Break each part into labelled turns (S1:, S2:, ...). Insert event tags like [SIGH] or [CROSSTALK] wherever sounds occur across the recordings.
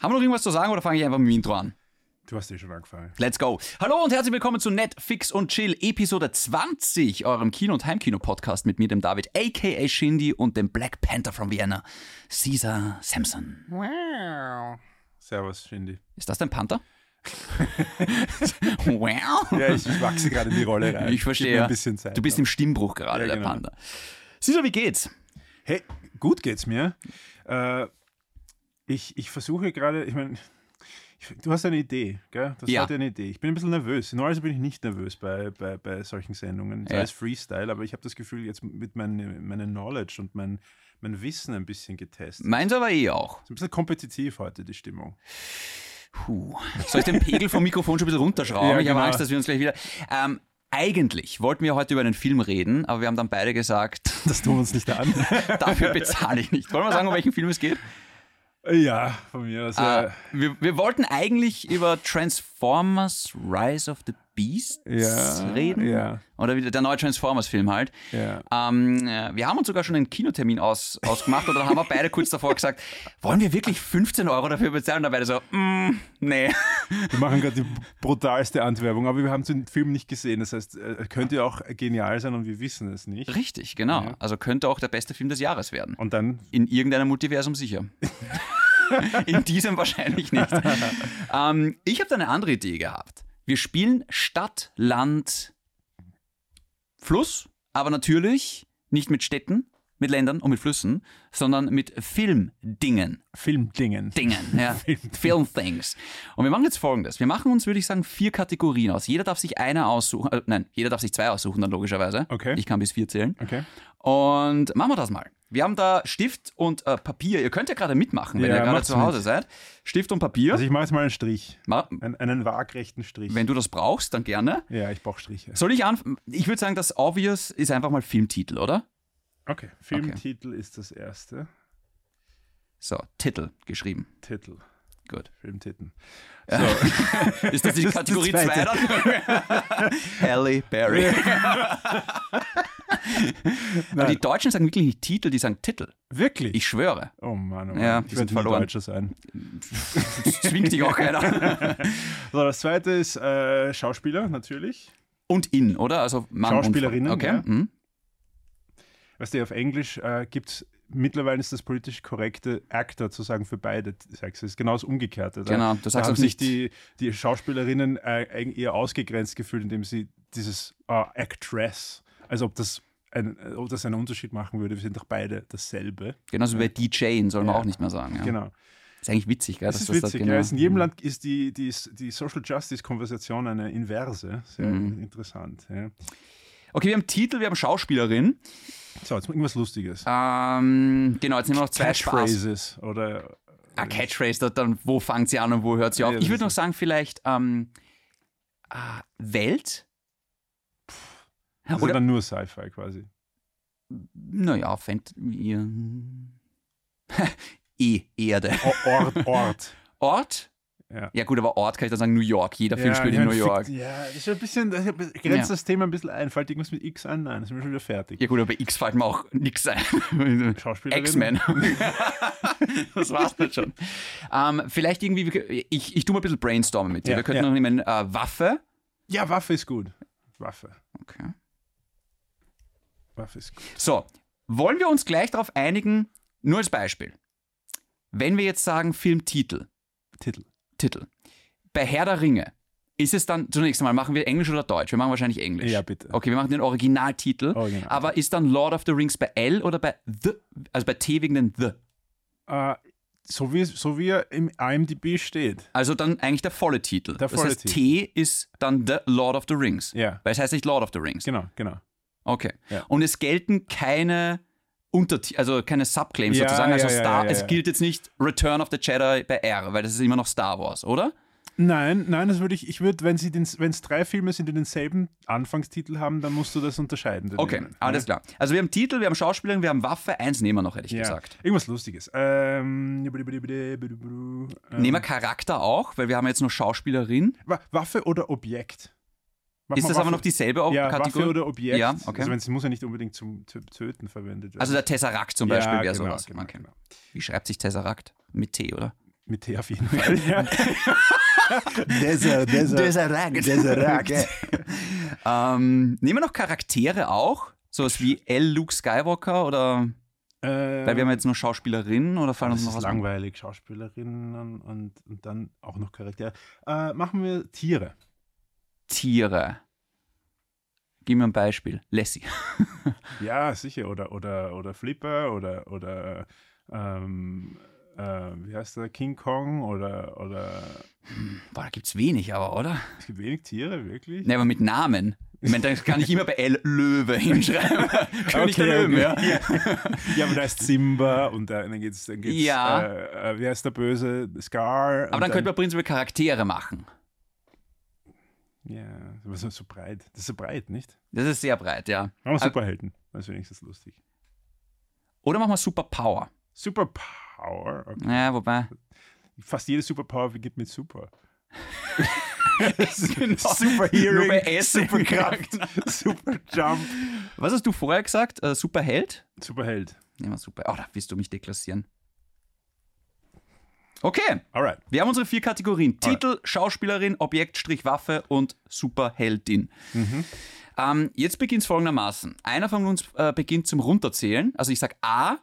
S1: Haben wir noch irgendwas zu sagen oder fange ich einfach mit dem Intro an?
S2: Du hast eh schon angefangen.
S1: Let's go. Hallo und herzlich willkommen zu Netflix und Chill, Episode 20, eurem Kino- und Heimkino-Podcast mit mir, dem David, a.k.a. Shindy und dem Black Panther from Vienna, Caesar Sampson.
S2: Wow. Servus, Shindy.
S1: Ist das dein
S2: [LAUGHS]
S1: Panther? wow.
S2: Ja, ich, ich wachse gerade in die Rolle rein.
S1: Ich
S2: Gib
S1: verstehe.
S2: mir ein bisschen Zeit.
S1: du bist im Stimmbruch gerade,
S2: Ja,
S1: der
S2: genau.
S1: Panther. Caesar, wie geht's?
S2: Hey, gut geht's mir. Äh, ich, ich versuche gerade, ich meine, ich- du hast eine Idee, gell? Das
S1: Ja.
S2: hat eine Idee. Ich bin ein bisschen nervös. Normalerweise bin ich nicht nervös bei, bei, bei solchen Sendungen, sei
S1: Ja.
S2: es Freestyle, aber ich habe das Gefühl, jetzt mit meinem meine Knowledge und mein, mein Wissen ein bisschen getestet.
S1: Meins aber eh auch.
S2: Ist ein bisschen kompetitiv heute, die Stimmung.
S1: Puh. Uh. Soll ich den Pegel vom Mikrofon schon ein bisschen runterschrauben?
S2: Ja,
S1: ich habe
S2: genau.
S1: Angst, dass wir uns gleich wieder. Ähm, eigentlich wollten wir heute über einen Film reden, aber wir haben dann beide gesagt,
S2: Das tun wir uns nicht an.
S1: dafür bezahle ich nicht. Wollen wir sagen, um welchen Film es geht?
S2: [LAUGHS] ja, von mir aus.
S1: Äh,
S2: ja.
S1: wir, wir wollten eigentlich über Transformers Rise of the Beasts
S2: Ja,
S1: reden.
S2: ja.
S1: Oder wieder der neue Transformers-Film halt.
S2: Ja.
S1: Ähm, äh, wir haben uns sogar schon einen Kinotermin aus, ausgemacht oder haben wir beide kurz davor gesagt, wollen wir wirklich 15 Euro dafür bezahlen? Und dann beide so, mm, nee.
S2: Wir machen gerade die brutalste Anwerbung, aber wir haben den Film nicht gesehen. Das heißt, er könnte auch genial sein und wir wissen es nicht.
S1: Richtig, genau. Also könnte auch der beste Film des Jahres werden.
S2: Und dann,
S1: In irgendeinem Multiversum sicher. [LAUGHS] In diesem wahrscheinlich nicht. ähm, ich habe da eine andere Idee gehabt. Wir spielen Stadt, Land, Fluss, aber natürlich nicht mit Städten, mit Ländern und mit Flüssen, sondern mit Filmdingen.
S2: Filmdingen. [LAUGHS]
S1: Dingen, ja. Film Things. Und wir machen jetzt folgendes. Wir machen uns, würde ich sagen, vier Kategorien aus. Jeder darf sich eine aussuchen. Äh, nein, jeder darf sich zwei aussuchen, dann logischerweise.
S2: Okay.
S1: Ich kann bis vier zählen.
S2: Okay.
S1: Und machen wir das mal. Wir haben da Stift und äh, Papier. Ihr könnt ja gerade mitmachen, wenn
S2: Ja,
S1: ihr gerade
S2: macht's
S1: zu Hause
S2: mit.
S1: seid. Stift und Papier.
S2: Also ich mache jetzt mal einen Strich.
S1: Ma-
S2: Einen, einen waagrechten Strich.
S1: wenn du das brauchst, dann gerne.
S2: ja, ich brauche Striche.
S1: Soll ich anfangen? Ich würde sagen, das Obvious ist einfach mal Filmtitel, oder?
S2: Okay. Filmtitel ist das erste.
S1: So, Titel geschrieben.
S2: Titel.
S1: Gut.
S2: Filmtitel.
S1: Ist das die
S2: Das ist die
S1: Kategorie
S2: zweite.
S1: 2 dann? [LAUGHS] Halle Berry. [LAUGHS] Aber die Deutschen sagen wirklich nicht Titel, die sagen Titel.
S2: [LAUGHS] Wirklich?
S1: Ich schwöre.
S2: oh Mann, oh Mann.
S1: Ja, wir
S2: ich
S1: sind
S2: werde
S1: verloren.
S2: verloren. Deutscher sein.
S1: Das zwingt
S2: [LAUGHS]
S1: dich auch keiner.
S2: So, das zweite ist äh, Schauspieler, natürlich.
S1: Und in, oder? Also Mann und Frau.
S2: Schauspielerinnen,
S1: Okay.
S2: ja.
S1: Mhm.
S2: Weißt du, auf Englisch äh, gibt es mittlerweile ist das politisch korrekte Actor zu sagen für beide Sexes. Ist genau das Umgekehrte. Da,
S1: Genau, du sagst
S2: da haben
S1: auch
S2: sich
S1: nicht-
S2: die, die Schauspielerinnen äh, eig- eher ausgegrenzt gefühlt, indem sie dieses äh, Actress, also ob das, ein, äh, ob das einen Unterschied machen würde. Wir sind doch beide dasselbe.
S1: Genauso wie bei DJing soll man
S2: Ja.
S1: auch nicht mehr sagen. Ja.
S2: Genau.
S1: Ist eigentlich witzig, gell?
S2: Das
S1: dass
S2: ist
S1: da
S2: witzig.
S1: genau-
S2: ja. Ist in jedem Land ist die, die, die Social Justice-Konversation eine inverse. Sehr
S1: Mhm.
S2: interessant. Ja.
S1: Okay, wir haben Titel, wir haben Schauspielerin.
S2: So, jetzt mal irgendwas Lustiges.
S1: Ähm, genau, jetzt nehmen wir noch zwei Spaß.
S2: Catchphrases oder
S1: Ah, Catchphrase, da- dann wo fängt sie an und wo hört sie auf?
S2: Ja,
S1: ich
S2: das
S1: würde noch
S2: ist-
S1: sagen, vielleicht ähm, ah, Welt.
S2: also
S1: Oder,
S2: dann nur Sci-Fi quasi.
S1: naja, Fant ja. [LAUGHS] e Erde.
S2: O- Ort, Ort.
S1: Ort?
S2: Ja.
S1: Ja gut, aber Ort kann ich dann sagen New York. Jeder Film spielt
S2: ich
S1: in New
S2: mein,
S1: York.
S2: fick- Ja, das ist ein bisschen, das grenzt das Thema ein bisschen ein. Fällt irgendwas mit X an? Nein, sind wir schon wieder fertig.
S1: Ja gut, aber bei X fällt mir auch [LAUGHS] nix ein.
S2: Schauspielerin?
S1: X-Men.
S2: [LAUGHS]
S1: das war's dann schon. Ähm, vielleicht irgendwie, wir- ich, ich tu mal ein bisschen brainstormen mit dir.
S2: Ja,
S1: wir könnten
S2: ja.
S1: noch nehmen äh, Waffe.
S2: Ja, Waffe ist gut. Waffe.
S1: Okay.
S2: Waffe ist gut.
S1: So, wollen wir uns gleich darauf einigen, nur als Beispiel. Wenn wir jetzt sagen Filmtitel,
S2: Titel.
S1: Titel. Bei Herr der Ringe ist es dann, zunächst einmal machen wir Englisch oder Deutsch? Wir machen wahrscheinlich Englisch.
S2: Ja, bitte.
S1: Okay, wir machen den Originaltitel.
S2: Original.
S1: Aber ist dann Lord of the Rings bei L oder bei The, also bei T wegen den The?
S2: Äh, so, wie, so wie er im IMDb steht.
S1: Also dann eigentlich der volle Titel.
S2: Der
S1: das
S2: volle
S1: heißt,
S2: Titel.
S1: T ist dann The Lord of the Rings.
S2: Ja.
S1: Weil es heißt nicht Lord of the Rings.
S2: Genau, genau.
S1: Okay.
S2: Ja.
S1: Und es gelten keine Untertitel, also keine Subclaims
S2: Ja,
S1: sozusagen. Also
S2: ja, ja,
S1: Star,
S2: ja, ja,
S1: es
S2: ja.
S1: gilt jetzt nicht Return of the Jedi bei R, weil das ist immer noch Star Wars,
S2: Mhm.
S1: oder?
S2: Nein, nein, das würde ich, ich würde, wenn sie den, wenn es drei Filme sind, die denselben Anfangstitel haben, dann musst du das unterscheiden.
S1: Okay, alles klar. Also wir haben Titel, wir haben Schauspielerin, wir haben Waffe, eins nehmen wir noch, hätte ich
S2: Mhm. Ja.
S1: gesagt.
S2: Irgendwas Lustiges. Ähm, ähm,
S1: Nehmen wir Charakter auch, weil wir haben jetzt nur Schauspielerin.
S2: Wa- Waffe oder Objekt? Mach
S1: Ist
S2: mal
S1: das
S2: Waffe-
S1: aber noch dieselbe Ob-
S2: ja,
S1: Oh, Kategorie?
S2: Waffe oder Objekt?
S1: Ja, okay.
S2: Also wenn es muss ja nicht unbedingt zum Tö- Töten verwendet werden.
S1: also der Tesseract zum Beispiel
S2: ja,
S1: wäre
S2: genau,
S1: sowas.
S2: Genau,
S1: okay.
S2: genau.
S1: Wie schreibt sich Tesseract? Mit T, oder?
S2: Mit T auf jeden Fall.
S1: [LAUGHS]
S2: Ja. [LAUGHS] Desert,
S1: Desiragt.
S2: [LAUGHS] Desiragt.
S1: Ähm, nehmen wir noch Charaktere auch? Sowas wie L. Luke Skywalker oder.
S2: Äh,
S1: Weil wir haben jetzt nur Schauspielerinnen oder fallen uns
S2: das
S1: noch
S2: ist
S1: was
S2: langweilig, Schauspielerinnen und, und dann auch noch Charaktere. Äh, machen wir Tiere.
S1: Tiere. Gib mir ein Beispiel. Lassie. [LAUGHS]
S2: Ja, sicher. Oder, oder, oder Flipper oder, oder ähm, äh, wie heißt der? King Kong oder, oder
S1: Boah, da gibt's wenig, aber, oder?
S2: es gibt wenig Tiere, wirklich?
S1: Ne, aber mit Namen. Ich meine, das kann ich immer bei L. Löwe [LAUGHS]
S2: [LAUGHS]
S1: hinschreiben. König der Löwen, ja.
S2: Ja, aber da ist Simba und da, dann geht's, dann geht's
S1: Ja.
S2: äh, äh, wer ist der Böse? Scar.
S1: Aber dann könnte man prinzipiell Charaktere machen.
S2: man. Ja, aber so, so breit. Das ist so breit, nicht?
S1: Das ist sehr breit, ja.
S2: Aber
S1: Ah.
S2: Superhelden. Das ist wenigstens lustig.
S1: Oder machen wir Superpower.
S2: Superpower. Okay.
S1: Ja,
S2: [LAUGHS]
S1: wobei.
S2: Fast jede Superpower beginnt
S1: [LAUGHS]
S2: mit Super. [LAUGHS]
S1: Genau. Nur bei
S2: Superhearing,
S1: S. [LAUGHS]
S2: Superkraft, [LAUGHS] Superjump.
S1: Was hast du vorher gesagt? Äh, Superheld?
S2: Superheld.
S1: Ja, super. Oh, da willst du mich deklassieren. Okay,
S2: Alright.
S1: wir haben unsere vier Kategorien. Titel, Schauspielerin, Objekt, Strich, Waffe und Superheldin. Ähm, jetzt beginnt es folgendermaßen. Einer von uns äh, beginnt zum Runterzählen. Also ich sage A,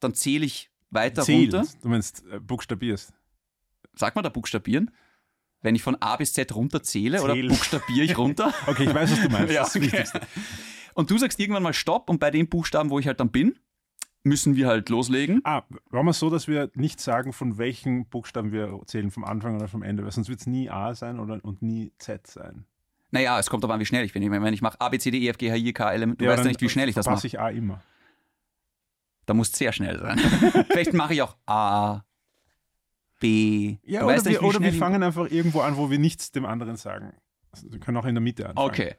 S1: dann zähle ich weiter runter.
S2: Du meinst äh, buchstabierst.
S1: Sag mal da buchstabieren. Wenn ich von A bis Z runterzähle oder
S2: Zählen.
S1: buchstabiere ich runter.
S2: Okay, ich weiß, was du meinst.
S1: [LAUGHS] Ja,
S2: das ist das
S1: okay.
S2: Wichtigste.
S1: Und du sagst irgendwann mal Stopp und bei den Buchstaben, wo ich halt dann bin, müssen wir halt loslegen.
S2: Ah, machen wir es so, dass wir nicht sagen, von welchen Buchstaben wir zählen, vom Anfang oder vom Ende, weil sonst wird es nie A sein oder, und nie Z sein.
S1: Naja, es kommt aber an, wie schnell ich bin. Ich meine, wenn ich mache A, B, C, D, E, F, G, H, I, K, L, M, du
S2: Ja,
S1: weißt ja
S2: dann
S1: nicht, wie schnell ich das
S2: verpasse
S1: mache.
S2: ich A immer.
S1: Da muss sehr schnell
S2: [LAUGHS]
S1: sein. Vielleicht mache ich auch A, B.
S2: Ja,
S1: du
S2: oder,
S1: weißt
S2: wir,
S1: nicht, wie
S2: oder wir
S1: schnell ich-
S2: fangen einfach irgendwo an, wo wir nichts dem anderen sagen. Also, wir können auch in der Mitte anfangen.
S1: Okay.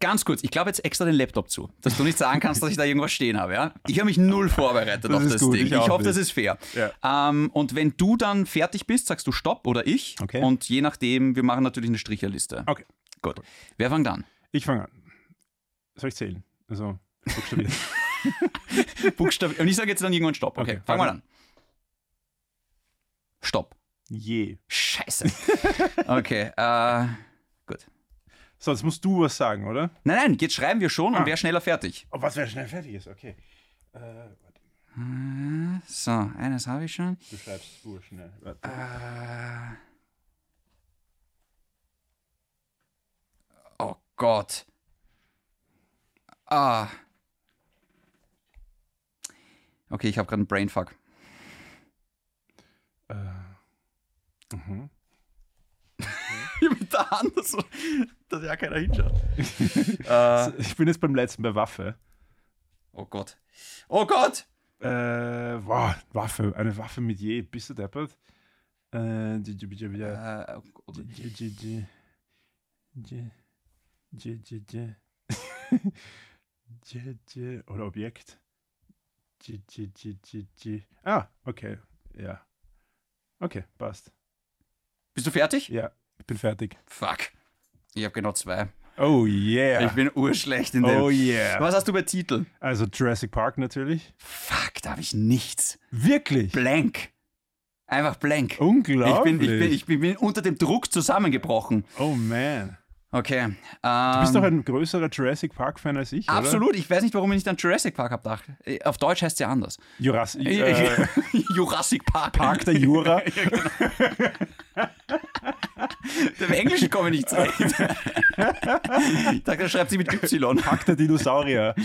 S1: Ganz kurz, ich glaube jetzt extra den Laptop zu, dass du nicht sagen kannst, dass ich da irgendwas stehen habe. Ja? Ich habe mich null vorbereitet
S2: Das
S1: auf
S2: ist
S1: das
S2: gut,
S1: Ding.
S2: ich
S1: Ich,
S2: auch
S1: hoffe, das
S2: nicht.
S1: ist fair.
S2: Ja.
S1: Ähm, und wenn du dann fertig bist, sagst du Stopp oder ich.
S2: Okay.
S1: Und je nachdem, wir machen natürlich eine Stricherliste.
S2: Okay.
S1: Gut. Wer fängt an?
S2: Ich fange an. Soll ich zählen? Also,
S1: [LAUGHS]
S2: buchstabieren.
S1: Buchstabe. Und ich sage jetzt dann irgendwann Stopp. Okay,
S2: Okay,
S1: fang
S2: warte.
S1: mal an. Stopp.
S2: Je.
S1: Scheiße. Okay, äh, gut.
S2: So, jetzt musst du was sagen, oder?
S1: Nein, nein, jetzt schreiben wir schon und
S2: Ah.
S1: wer schneller fertig.
S2: Oh, was, wer schnell fertig ist, okay. Äh, warte,
S1: So, eines habe ich schon.
S2: du schreibst du schnell. Warte.
S1: Äh. Oh Gott. Ah. Okay, ich habe gerade einen Brainfuck. [LAUGHS] Mit der Hand, dass, dass ja keiner hinschaut. Ah. Äh.
S2: So, Ich bin jetzt beim letzten bei Waffe.
S1: Oh Gott. Oh Gott!
S2: Äh, wow, Waffe. Eine Waffe mit je. Bist du deppert? Äh, die- die- die- die- die-
S1: Äh, oh Gott.
S2: die- die- die- die- die- die- die- die- die- Oder Objekt. Die- die- die- die- die- Ah, okay. Ja. Okay, passt.
S1: Bist du fertig?
S2: Ja, ich bin fertig.
S1: Fuck. Ich habe genau zwei.
S2: Oh yeah.
S1: Ich bin urschlecht in dem.
S2: Oh yeah.
S1: Was hast du bei Titel?
S2: Also Jurassic Park natürlich.
S1: Fuck, da habe ich nichts.
S2: Wirklich?
S1: Blank. Einfach blank. Ich
S2: Unglaublich.
S1: bin, ich, bin, ich bin- bin unter dem Druck zusammengebrochen.
S2: oh man.
S1: Okay. Ähm,
S2: Du bist doch ein größerer Jurassic Park-Fan als ich,
S1: Absolut, ich weiß nicht, warum ich nicht an Jurassic Park hab gedacht. Äh, Auf Deutsch heißt es ja anders.
S2: oder? Jurassic, äh,
S1: [LAUGHS] Jurassic Park.
S2: Park der
S1: [LAUGHS]
S2: Jura.
S1: Im Englischen komme ich nicht zurecht.
S2: [LAUGHS]
S1: ich dachte, er schreibt sie mit Y.
S2: Park der Dinosaurier.
S1: Ähm,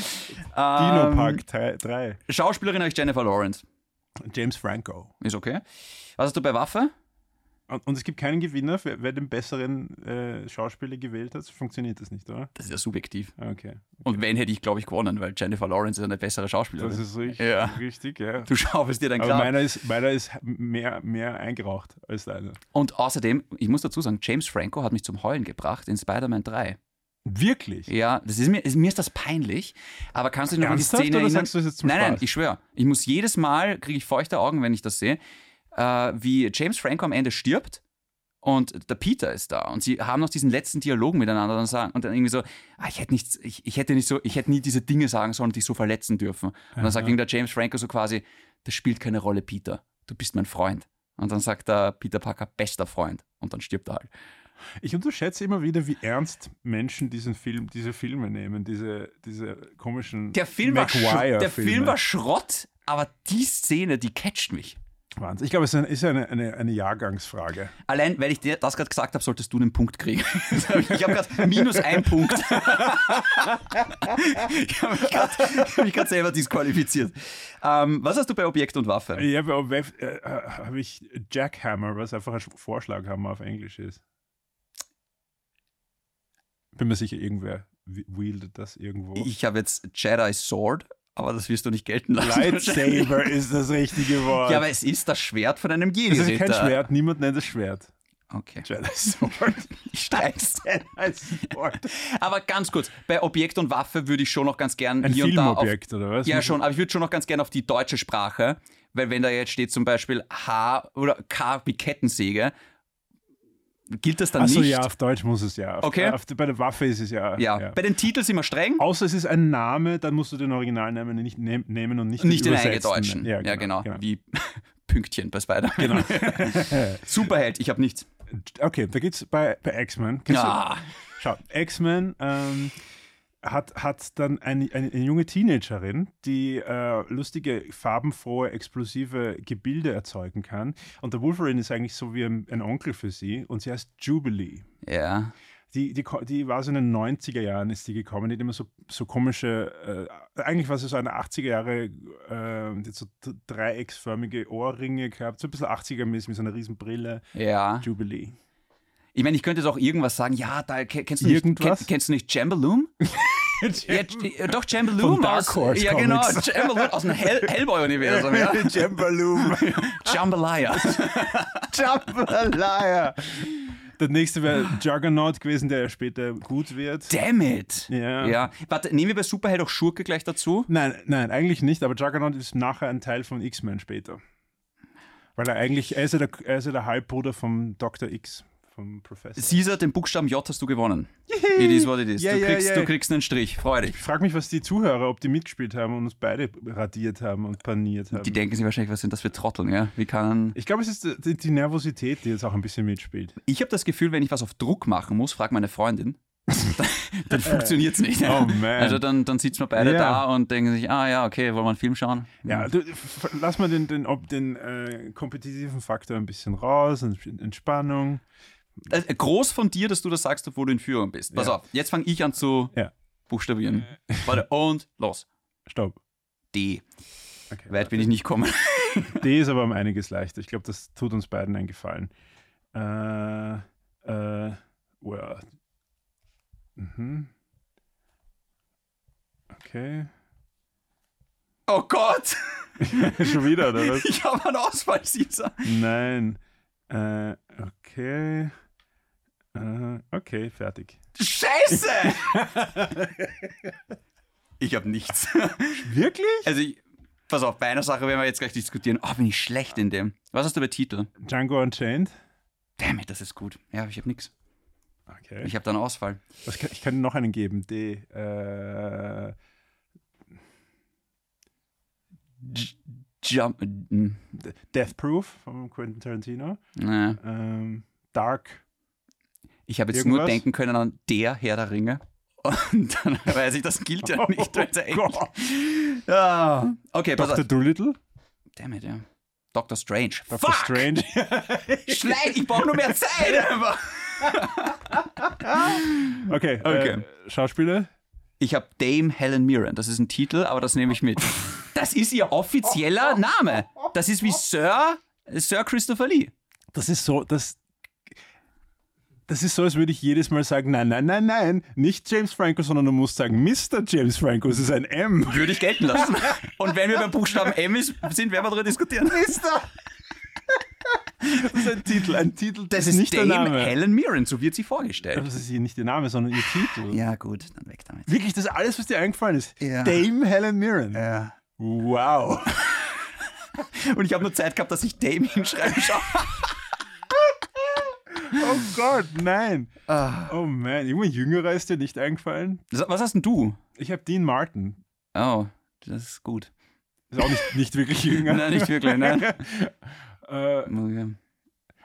S2: Dino Park 3.
S1: Schauspielerin habe ich Jennifer Lawrence.
S2: James Franco.
S1: Ist okay. Was hast du bei Waffe?
S2: Und, und es gibt keinen Gewinner. Wer, wer den besseren äh, Schauspieler gewählt hat, funktioniert das nicht, oder?
S1: Das ist ja subjektiv.
S2: Ah, Okay.
S1: Und wenn, hätte ich, glaube ich, gewonnen, weil Jennifer Lawrence ist eine bessere Schauspielerin.
S2: Das ist richtig,
S1: Ja.
S2: richtig ja.
S1: du schaufelst dir dann
S2: Aber
S1: klar.
S2: meiner ist, meiner ist mehr, mehr eingeraucht als deiner.
S1: Und außerdem, ich muss dazu sagen, James Franco hat mich zum Heulen gebracht in Spider-Man 3.
S2: Wirklich?
S1: Ja, das ist mir, ist, mir ist das peinlich, aber kannst du dich noch an die
S2: Ernsthaft
S1: Szene
S2: oder
S1: erinnern?
S2: sagst du das jetzt zum
S1: nein, nein,
S2: Spaß?
S1: ich schwöre. Ich muss jedes Mal, kriege ich feuchte Augen, wenn ich das sehe, äh, wie James Franco am Ende stirbt und der Peter ist da und sie haben noch diesen letzten Dialog miteinander und, sagen, und dann irgendwie so, ah, ich hätte nichts, ich, ich hätte nicht so, ich hätte nie diese Dinge sagen sollen, die so verletzen dürfen. Und dann sagt irgendein James Franco so quasi, das spielt keine Rolle, Peter. Du bist mein Freund. Und dann sagt der Peter Parker, bester Freund. Und dann stirbt er halt.
S2: Ich unterschätze immer wieder, wie ernst Menschen diesen Film, diese Filme nehmen, diese, diese komischen
S1: Der Film, war, Sch der Film war Schrott, aber die Szene, die catcht mich.
S2: Wahnsinn. Ich glaube, es ist eine, ist eine, eine, eine Jahrgangsfrage.
S1: Allein, weil ich dir das gerade gesagt habe, solltest du den Punkt kriegen. [LAUGHS] Ich habe gerade minus ein Punkt. [LAUGHS] Ich habe mich gerade hab mich grad selber disqualifiziert. Ähm, was hast du bei Objekt und Waffe?
S2: Ja, bei Web- äh, habe ich Jackhammer, was einfach ein Sch- Vorschlaghammer auf Englisch ist. Bin mir sicher, irgendwer wi- wieldet das irgendwo.
S1: Ich habe jetzt Jedi Sword, aber das wirst du nicht gelten lassen. [LAUGHS]
S2: Lightsaber ist das richtige Wort.
S1: Ja, aber es ist das Schwert von einem Jedi.
S2: das ist kein Schwert, niemand nennt es Schwert.
S1: Okay.
S2: Jedi Sword.
S1: Ich streit's. [LAUGHS]
S2: Jedi Sword.
S1: Aber ganz kurz, bei Objekt und Waffe würde ich schon noch ganz gern
S2: Ein
S1: hier und da auf
S2: Filmobjekt, oder was?
S1: Ja, schon, aber ich würde schon noch ganz gerne auf die deutsche Sprache, weil wenn da jetzt steht zum Beispiel H oder K wie Kettensäge, gilt das dann
S2: Achso,
S1: nicht.
S2: ja, auf Deutsch muss es ja. Auf, äh,
S1: Okay.
S2: Auf, bei der Waffe ist es ja.
S1: ja. bei den Titeln sind wir streng,
S2: Außer es ist ein Name, dann musst du den Originalnamen nicht nehm, nehmen und nicht,
S1: nicht den
S2: übersetzen.
S1: eingedeutschen.
S2: Ja, genau.
S1: Wie [LAUGHS] Pünktchen bei Spider. Genau. [LAUGHS] Superheld, ich habe nichts.
S2: genau. Okay, da geht's bei, bei X-Men. Kennst du-
S1: Ja.
S2: Schau, X-Men ähm, hat, hat dann eine, eine, eine junge Teenagerin, die äh, lustige, farbenfrohe, explosive Gebilde erzeugen kann. Und der Wolverine ist eigentlich so wie ein, ein Onkel für sie und sie heißt Jubilee.
S1: ja.
S2: Die, die, ko- die war so in den 90er Jahren, ist die gekommen, die hat immer so, so komische, äh, eigentlich war sie so eine 80er Jahre, äh, die hat so d- dreiecksförmige Ohrringe gehabt, so ein bisschen 80er-mäßig mit so einer riesen Brille.
S1: Ja.
S2: Jubilee.
S1: Ich meine, ich könnte jetzt auch irgendwas sagen. Ja, da ke- kennst du nicht,
S2: Irgendwas?
S1: Kenn, kennst du nicht
S2: [LAUGHS]
S1: Jambaloom? ja, j- doch, Jambaloom
S2: Von Dark
S1: aus.
S2: Horse
S1: ja, genau.
S2: Comics.
S1: Jambaloom aus dem Hell Hellboy-Universum. Also,
S2: [LAUGHS]
S1: Ja.
S2: Jambaloom.
S1: Jambalaya.
S2: Jambalaya. Der nächste wäre Juggernaut gewesen, der ja später gut wird.
S1: Damn it!
S2: Ja.
S1: ja. Warte, nehmen wir bei Superheld auch Schurke gleich dazu?
S2: Nein, nein, eigentlich nicht, aber Juggernaut ist nachher ein Teil von X-Men später. Weil er eigentlich, er ist ja der, er ist ja der Halbbruder vom Dr. X, vom Professor.
S1: Caesar, den Buchstaben J hast du gewonnen. It is what it is.
S2: Yeah,
S1: du,
S2: yeah,
S1: kriegst,
S2: yeah.
S1: du kriegst einen Strich. Freu dich.
S2: Ich frage mich, was die Zuhörer, ob die mitgespielt haben und uns beide radiert haben und paniert haben.
S1: Die denken sich wahrscheinlich, was sind das für Trotteln, ja? Wie kann.
S2: ich glaube, es ist äh, die, die Nervosität, die jetzt auch ein bisschen mitspielt.
S1: Ich habe das Gefühl, wenn ich was auf Druck machen muss, frag meine
S2: [LAUGHS]
S1: Freundin. dann funktioniert es nicht.
S2: Oh, man.
S1: Also dann, dann sitzen wir beide
S2: Ja.
S1: da und denken sich, ah ja, okay, wollen wir einen Film schauen?
S2: Ja, du, f- lass mal den, den, ob den äh, kompetitiven Faktor ein bisschen raus, ein bisschen Entspannung.
S1: Also, groß von dir, dass du das sagst, obwohl du in Führung bist. Pass
S2: Ja.
S1: auf, jetzt fange ich an zu
S2: Ja. [LAUGHS]
S1: buchstabieren. Warte, und los.
S2: Stopp.
S1: D.
S2: Okay.
S1: Weit bin ich nicht gekommen.
S2: D ist aber um einiges leichter. Ich glaube, das tut uns beiden einen Gefallen. Äh, äh, well. mhm. Okay.
S1: Oh Gott!
S2: Schon wieder, oder was?
S1: [LAUGHS] Ich habe einen Ausfall, Caesar.
S2: Nein. Äh, okay. Äh, okay, fertig.
S1: Scheiße! ich habe nichts. [LAUGHS]
S2: Wirklich?
S1: Also, ich, pass auf, bei einer Sache werden wir jetzt gleich diskutieren. Oh, bin ich schlecht in dem. Was hast du bei Titel?
S2: Django Unchained?
S1: Damn it, das ist gut. Ja, aber ich habe nichts.
S2: Okay.
S1: Ich habe da einen Ausfall.
S2: Was kann, ich kann noch einen geben. D. Äh,
S1: J- Jump. mm,
S2: Death Proof von Quentin Tarantino.
S1: Na,
S2: Ähm, Dark.
S1: ich habe jetzt nur
S2: Irgendwas?
S1: denken können an der Herr der Ringe. [LAUGHS] Und dann weiß ich, das gilt
S2: [LAUGHS] Oh
S1: ja nicht. weil es eigentlich- Ah, okay, pass
S2: Dr.
S1: auf.
S2: Doolittle.
S1: Damn it, ja. Doctor Strange.
S2: Dr.
S1: Fuck!
S2: Strange. [LAUGHS]
S1: Schlecht, ich brauche nur mehr Zeit. [LAUGHS] einfach.
S2: Okay.
S1: Okay.
S2: Äh, Schauspieler.
S1: Ich habe Dame Helen Mirren. Das ist ein Titel, aber das nehme ich mit. Das ist ihr offizieller Name. Das ist wie Sir, Sir Christopher Lee.
S2: Das ist so, das. Das ist so, als würde ich jedes Mal sagen, nein, nein, nein, nein, nicht James Franco, sondern du musst sagen, Mr. James Franco, es ist ein M.
S1: Würde ich gelten lassen. Und wenn wir beim Buchstaben M ist, sind, werden wir darüber diskutieren.
S2: Mister. Das ist ein Titel, ein Titel,
S1: Das
S2: ist
S1: ist
S2: nicht
S1: Dame
S2: der Name.
S1: Helen Mirren, so wird sie vorgestellt.
S2: Das ist hier nicht der Name, sondern ihr Titel.
S1: Ja, gut, dann weg damit.
S2: Wirklich, das ist alles, was dir eingefallen ist.
S1: Ja.
S2: Dame Helen Mirren. Wow.
S1: [LAUGHS] Und ich habe nur Zeit gehabt, dass ich Dame hinschreiben [LAUGHS] schaue.
S2: Oh Gott, nein.
S1: Ah.
S2: Oh man, irgendwann Jüngerer ist dir nicht eingefallen?
S1: Was hast denn du?
S2: Ich habe Dean Martin.
S1: Oh, das ist gut. [LAUGHS]
S2: Ist auch nicht, nicht wirklich jünger.
S1: Nein, nicht wirklich, nein.
S2: [LAUGHS] Äh,
S1: Okay.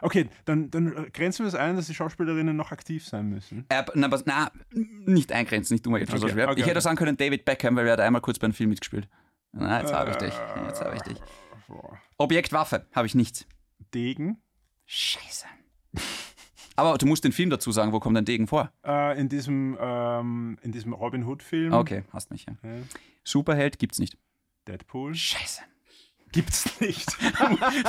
S2: okay, dann, dann grenzen wir es ein, dass die Schauspielerinnen noch aktiv sein müssen.
S1: Äh, na, was, na, nicht eingrenzen, nicht umgehen.
S2: Okay, okay,
S1: ich hätte
S2: okay.
S1: sagen können, David Beckham, weil er hat einmal kurz bei einem Film mitgespielt. Na, jetzt habe ich dich. Jetzt habe ich dich.
S2: Boah.
S1: Objekt Waffe habe ich nichts.
S2: Degen.
S1: Scheiße. [LAUGHS] Aber du musst den Film dazu sagen, wo kommt dein Degen vor?
S2: Äh, in, diesem, ähm, in diesem Robin Hood-Film.
S1: Okay, hast mich. Ja.
S2: Ja.
S1: Superheld gibt's nicht.
S2: Deadpool.
S1: Scheiße.
S2: Gibt's nicht.
S1: [LAUGHS]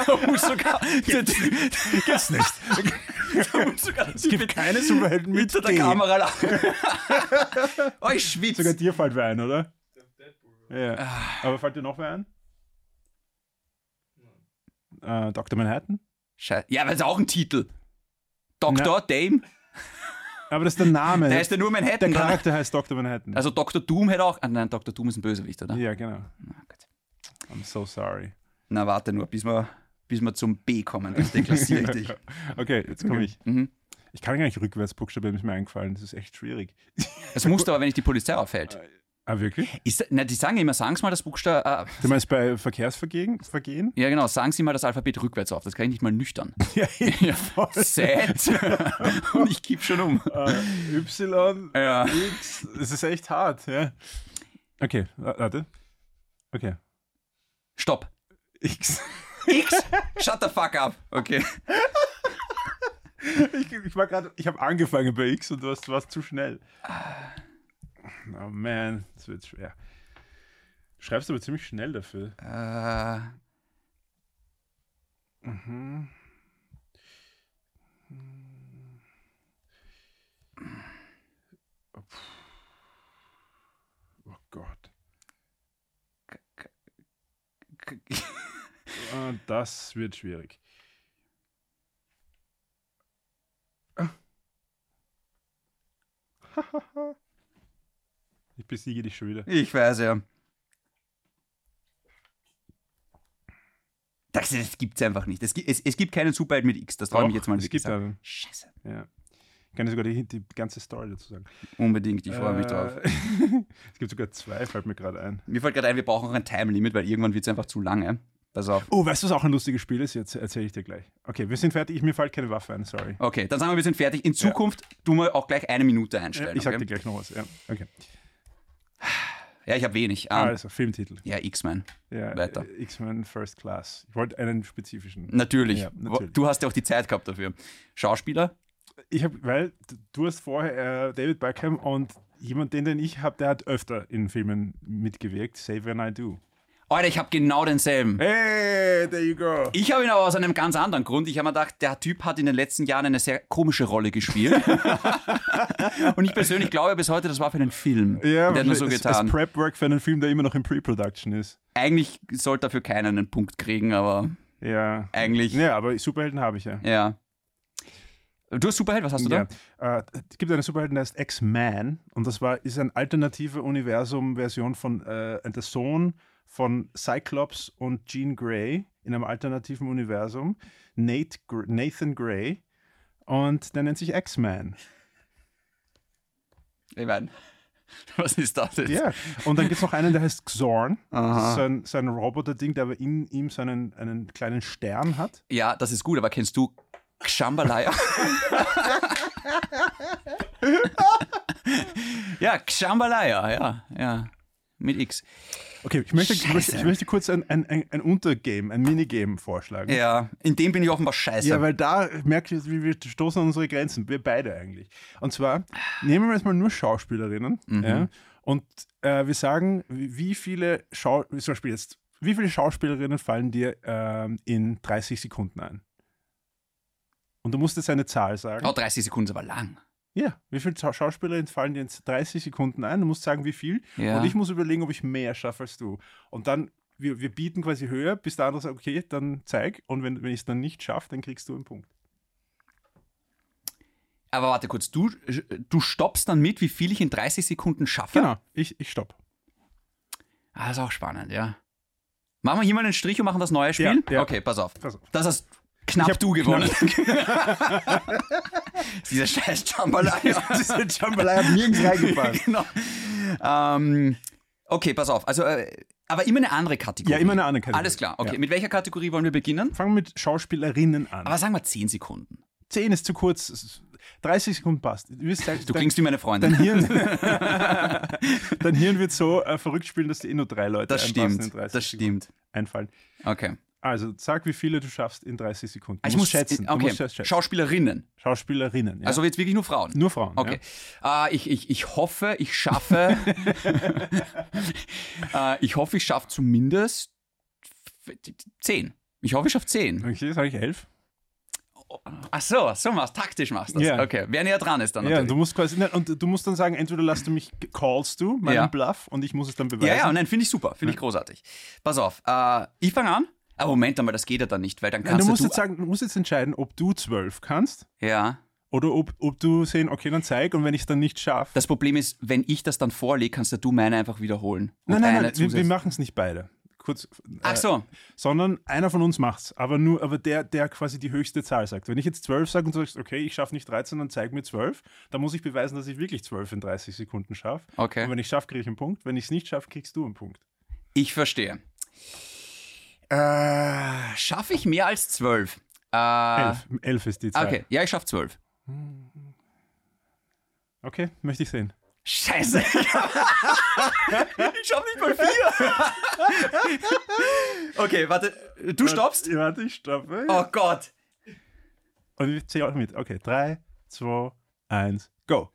S1: Da musst sogar. Gibt's [LAUGHS] nicht. Da musst sogar es
S2: gibt keine Superhelden mit
S1: hinter der
S2: D.
S1: Kamera lachen. [LAUGHS] oh, ich schwitze.
S2: Sogar dir fällt wer ein, oder? Ja.
S1: Ah.
S2: Aber fällt dir noch wer ein? Äh, Dr. Manhattan?
S1: Scheiße. Ja, weil es auch ein Titel. Dr. Dame.
S2: Aber das ist der Name.
S1: Der heißt ja nur
S2: der
S1: Manhattan. oder?
S2: Charakter heißt Dr. Manhattan.
S1: Also Dr. Doom hätte auch. Ah, nein, Dr. Doom ist ein Bösewicht, oder?
S2: ja, genau.
S1: Na, gut.
S2: I'm so sorry.
S1: Na, warte nur, bis wir, bis wir zum B kommen. Das deklassiere ich dich.
S2: [LAUGHS] Okay, jetzt komme ich.
S1: Mhm.
S2: Ich kann gar nicht rückwärts buchstabieren, ist mir eingefallen. Das ist echt schwierig.
S1: Das musst du aber, wenn ich die Polizei auffällt.
S2: Ah, wirklich?
S1: Ist, na, die sagen immer, sagen Sie mal das Buchstabe. Ah,
S2: Du meinst bei Verkehrsvergehen? Vergehen?
S1: ja, genau, sagen Sie mal das Alphabet rückwärts auf. Das kann ich nicht mal nüchtern.
S2: [LAUGHS] Ja,
S1: Ja, Set. [LAUGHS] Und ich kipp schon um.
S2: äh, Y,
S1: Ja.
S2: X. Es ist echt hart, ja. Okay, wa- warte. Okay.
S1: Stopp.
S2: X. [LAUGHS]
S1: X. Shut the fuck up. Okay.
S2: Ich, ich war gerade, ich habe angefangen bei X und du warst, du warst zu schnell. Ah. Oh man, das wird schwer. Schreibst aber ziemlich schnell dafür.
S1: Äh,
S2: Hm. Oh Gott.
S1: k- k- k-
S2: Ah, Das
S1: [LAUGHS]
S2: wird schwierig. Ah. Ich besiege dich schon wieder.
S1: ich weiß ja. Das, das gibt's einfach nicht. Es gibt, es, es gibt keinen Superheld mit X. Das traue ich mich
S2: Doch,
S1: jetzt mal
S2: es
S1: wirklich
S2: gibt
S1: sagen.
S2: einen.
S1: Scheiße.
S2: Ja. Ich kann dir sogar die, die ganze Story dazu sagen.
S1: Unbedingt, ich freue mich
S2: Äh,
S1: drauf.
S2: [LAUGHS] es gibt sogar zwei, fällt mir gerade ein.
S1: Mir fällt gerade ein, wir brauchen auch ein Time-Limit, weil irgendwann wird es einfach zu lange. Pass auf.
S2: Oh, weißt du, was auch ein lustiges Spiel ist? Jetzt erzähle ich dir gleich. Okay, wir sind fertig. Ich, mir fällt keine Waffe ein, sorry.
S1: Okay, dann sagen wir, wir sind fertig. In Zukunft tun wir auch gleich eine Minute einstellen.
S2: ich sag dir
S1: okay? Hm.
S2: gleich noch was. Ja, okay.
S1: Ja, ich habe wenig. Ähm,
S2: Also, Filmtitel.
S1: Ja, X-Men.
S2: Ja,
S1: weiter. Hm.
S2: äh, X-Men First Class. Ich wollte einen spezifischen.
S1: Natürlich.
S2: Ja, natürlich.
S1: Du hast ja auch die Zeit gehabt dafür. Schauspieler?
S2: Ich habe, weil d- du hast vorher äh, David Beckham und jemand, den, den ich habe, der hat öfter in Filmen mitgewirkt. Save When I Do.
S1: Alter, ich habe genau denselben.
S2: Hey, there you go.
S1: Ich habe ihn aber aus einem ganz anderen Grund. Ich habe mir gedacht, der Typ hat in den letzten Jahren eine sehr komische Rolle gespielt.
S2: [LAUGHS]
S1: Und ich persönlich glaube bis heute, das war für einen Film. der hat nur so
S2: es-
S1: getan.
S2: Es Prep-Work für einen Film, der immer noch in Pre-Production ist.
S1: Eigentlich sollte dafür keiner einen Punkt kriegen, aber
S2: Ja.
S1: eigentlich.
S2: Ja, aber Superhelden habe ich ja.
S1: Ja. Du hast Superheld, was hast du
S2: Ja.
S1: da?
S2: Äh, es gibt einen Superhelden, der heißt X-Man und das war, ist eine alternative Universum-Version von äh, der Sohn von Cyclops und Jean Grey in einem alternativen Universum, Nate, Gr- Nathan Grey und der nennt sich X-Man.
S1: Ich meine, [LAUGHS] was ist das jetzt?
S2: Ja, [LAUGHS] und dann gibt es noch einen, der heißt Xorn,
S1: Aha.
S2: das ist so ein, so ein Roboter-Ding, der aber in ihm so einen, einen kleinen Stern hat.
S1: Ja, das ist gut, aber kennst du Xambalaya?
S2: [LAUGHS]
S1: ja, Xambalaya, ja, ja. Mit X.
S2: Okay, ich möchte, ich möchte,
S1: Scheiße.
S2: ich möchte kurz ein, ein, ein, ein Untergame, ein Minigame vorschlagen.
S1: Ja, in dem bin ich offenbar scheiße.
S2: Ja, weil da merkst du, wie wir stoßen an unsere Grenzen, wir beide eigentlich. Und zwar nehmen wir jetzt mal nur Schauspielerinnen ja, und äh, wir sagen, wie wie viele Schau zum Beispiel jetzt, wie viele Schauspielerinnen fallen dir ähm, in 30 Sekunden ein? Und du musst jetzt eine Zahl sagen.
S1: oh, 30 Sekunden ist aber lang.
S2: Ja, wie viele Schau- Schauspielerinnen fallen dir in 30 Sekunden ein? Du musst sagen, wie viel.
S1: Ja.
S2: Und ich muss überlegen, ob ich mehr schaffe als du. Und dann, wir, wir bieten quasi höher, bis der andere sagt, okay, dann zeig. Und wenn, wenn ich es dann nicht schaffe, dann kriegst du einen Punkt.
S1: Aber warte kurz, du, du stoppst dann mit, wie viel ich in 30 Sekunden schaffe?
S2: Genau, ich, ich stopp.
S1: Ah, das ist auch spannend, ja. Machen wir hier mal einen Strich und machen das neue Spiel?
S2: Ja, ja.
S1: Okay, pass auf.
S2: Pass auf.
S1: Das hast knapp
S2: Ich hab
S1: du
S2: [LAUGHS]
S1: gewonnen. Dieser scheiß Jambalaya.
S2: Diese
S1: [LAUGHS]
S2: Jambalaya hat nirgends reingepasst.
S1: genau. Ähm, okay, pass auf. Also äh, Aber immer eine andere Kategorie.
S2: Ja, immer eine andere Kategorie.
S1: Alles klar, okay.
S2: Ja.
S1: Mit welcher Kategorie wollen wir beginnen?
S2: Fangen wir mit Schauspielerinnen an.
S1: Aber sagen wir 10 Sekunden.
S2: 10 ist zu kurz. es ist- 30 Sekunden passt. Du, wirst selbst-
S1: Du
S2: dein-
S1: klingst wie meine
S2: Dein
S1: Freundin.
S2: Hirn, [LAUGHS] dein Hirn wird so äh, verrückt spielen, dass dir eh nur drei
S1: [LAUGHS]
S2: Leute
S1: Das
S2: einpassen
S1: stimmt,
S2: in 30
S1: das
S2: Sekunden.
S1: stimmt.
S2: einfallen.
S1: Okay.
S2: Also sag, wie viele du schaffst in 30 Sekunden. Du
S1: Ich muss
S2: musst schätzen.
S1: Okay.
S2: Du musst schätzen.
S1: Schauspielerinnen.
S2: Schauspielerinnen. Ja?
S1: Also jetzt wirklich nur Frauen.
S2: nur Frauen.
S1: Okay. Äh, ich, ich, ich hoffe, ich
S2: [LAUGHS]
S1: schaffe. äh, ich hoffe, ich schaffe zumindest f- zehn. Ich hoffe, ich schaffe
S2: Ja?
S1: zehn.
S2: Okay, sage ich elf.
S1: Ach so, so machst taktisch machst du das.
S2: Ja.
S1: Okay, wer näher dran ist dann
S2: Ja, du
S1: natürlich.
S2: musst quasi, und du musst dann sagen, entweder lass du mich, callst du meinen
S1: Ja.
S2: Bluff und ich muss es dann beweisen.
S1: Ja, ja, nein, finde ich super, finde ich großartig. Pass auf, äh, ich fange an. Aber Moment einmal, das geht ja dann nicht, weil dann
S2: Nein,
S1: kannst
S2: du
S1: ja
S2: musst jetzt sagen, du musst jetzt entscheiden, ob du zwölf kannst
S1: ja,
S2: oder ob, ob du sehen, okay, dann zeig und wenn ich es dann nicht schaffe.
S1: das Problem ist, wenn ich das dann vorlege, kannst ja du meine einfach wiederholen. Und
S2: Nein, nein,
S1: eine
S2: nein, wir, wir
S1: zusätzlich-
S2: machen es nicht beide. Kurz,
S1: Ach
S2: äh,
S1: so,
S2: sondern einer von uns macht's, aber nur, aber der, der quasi die höchste Zahl sagt. Wenn ich jetzt 12 sage und du sagst, okay, ich schaffe nicht 13, dann zeig mir 12, dann muss ich beweisen, dass ich wirklich 12 in 30 Sekunden schaffe.
S1: Okay.
S2: Und wenn ich schaffe, kriege ich einen Punkt. Wenn ich es nicht schaffe, kriegst du einen Punkt.
S1: ich verstehe. Äh, Schaffe ich mehr als zwölf? Äh,
S2: 11. 11 ist die Zahl.
S1: Okay, ja, ich schaff zwölf.
S2: Okay, möchte ich sehen.
S1: Scheiße. ich schaff nicht mal vier. okay, warte. Du stoppst?
S2: Ja, Warte, ich stoppe.
S1: Oh Gott.
S2: Und ich zähle auch mit. Okay, 3, 2, 1, go.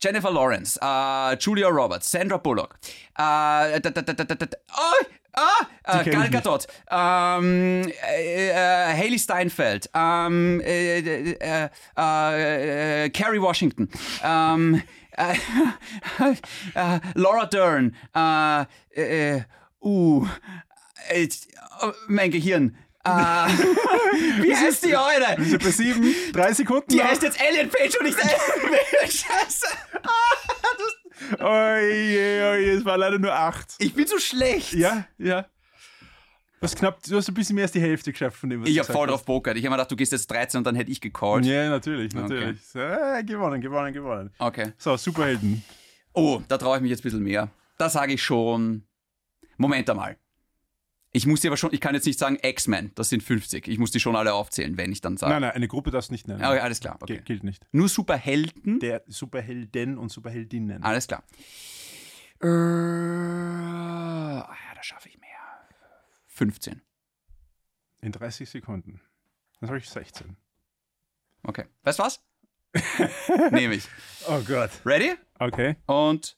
S1: Jennifer Lawrence, äh, Julia Roberts, Sandra Bullock, äh, da, da, da, da, da, da, oh, ah, äh,
S2: kenn
S1: Gal
S2: ich nicht.
S1: Gadot, ähm, äh, äh, Haley Steinfeld, ähm, äh, äh, äh, äh, Kerry Washington, ähm, äh, [LAUGHS] äh, Laura Dern, äh, äh, uh, äh, oh, mein Gehirn. Äh, [LAUGHS] wie heißt die heute?
S2: Sind bei 7, 3 Sekunden.
S1: Die
S2: noch.
S1: heißt jetzt Alien Page und nicht [LAUGHS] Alien Page. Scheiße. Ah, das,
S2: Oje, oje, es war leider nur 8.
S1: ich bin so schlecht.
S2: Ja, ja. Du hast knapp, du hast ein bisschen mehr als die Hälfte geschafft von dem, was
S1: Ich
S2: du
S1: hab
S2: gesagt
S1: voll
S2: hast.
S1: drauf pokert. Ich hab mir gedacht, du gehst jetzt 13 und dann hätte ich gecallt.
S2: Ja, natürlich, natürlich. Äh, gewonnen, gewonnen, gewonnen.
S1: Okay.
S2: So, Superhelden.
S1: Oh, da traue ich mich jetzt ein bisschen mehr. Da sage ich schon. Moment einmal. Ich muss dir aber schon, ich kann jetzt nicht sagen X-Men, das sind 50. Ich muss die schon alle aufzählen, wenn ich dann sage.
S2: Nein, nein, eine Gruppe darfst du nicht nennen.
S1: Ah. Okay, alles klar. Okay.
S2: Ge- Gilt nicht.
S1: Nur Superhelden.
S2: Der Superhelden und Superheldinnen.
S1: Alles klar. Äh, ah ja, da schaffe ich mehr. 15.
S2: In 30 Sekunden. Dann habe ich 16.
S1: Okay. Weißt du
S2: [LAUGHS]
S1: was? Nehme ich.
S2: Oh Gott.
S1: Ready?
S2: Okay.
S1: Und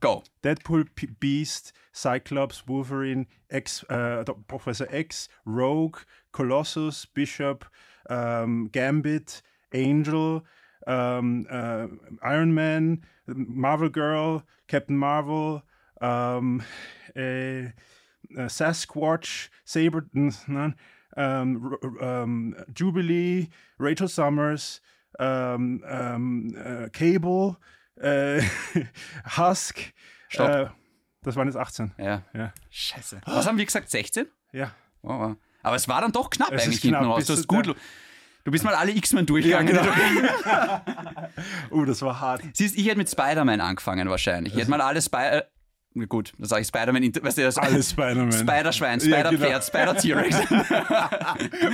S1: go.
S2: Deadpool, P Beast, Cyclops, Wolverine, X, äh, Do- Professor X, Rogue, Colossus, Bishop, ähm, Gambit, Angel, ähm, äh, Iron Man, Marvel Girl, Captain Marvel, ähm, äh, äh, Sasquatch, Saber, n- nein, ähm, R- R- ähm, Jubilee, Rachel Summers, ähm, ähm, äh, Cable, äh, [LAUGHS] Husk.
S1: Stopp.
S2: Äh, das waren jetzt 18.
S1: Ja.
S2: Ja.
S1: Scheiße. Was haben wir gesagt? 16?
S2: ja.
S1: Wow, wow. Aber es war dann doch knapp
S2: Es
S1: eigentlich
S2: ist genau. knapp,
S1: hinten raus.
S2: bist
S1: Du,
S2: du
S1: hast gut,
S2: da-
S1: lo- du bist mal alle X-Men durchgegangen.
S2: Oh, das war hart.
S1: [LAUGHS] Siehst, ich hätte mit Spider-Man angefangen wahrscheinlich. Ich hätte mal alle Spider... Gut, dann sage ich Spider-Man... inter- Weißt du, das
S2: Alles Spider-Man.
S1: Spider-Schwein,
S2: Ja, genau.
S1: Spider-Pferd, Spider-T-Rex.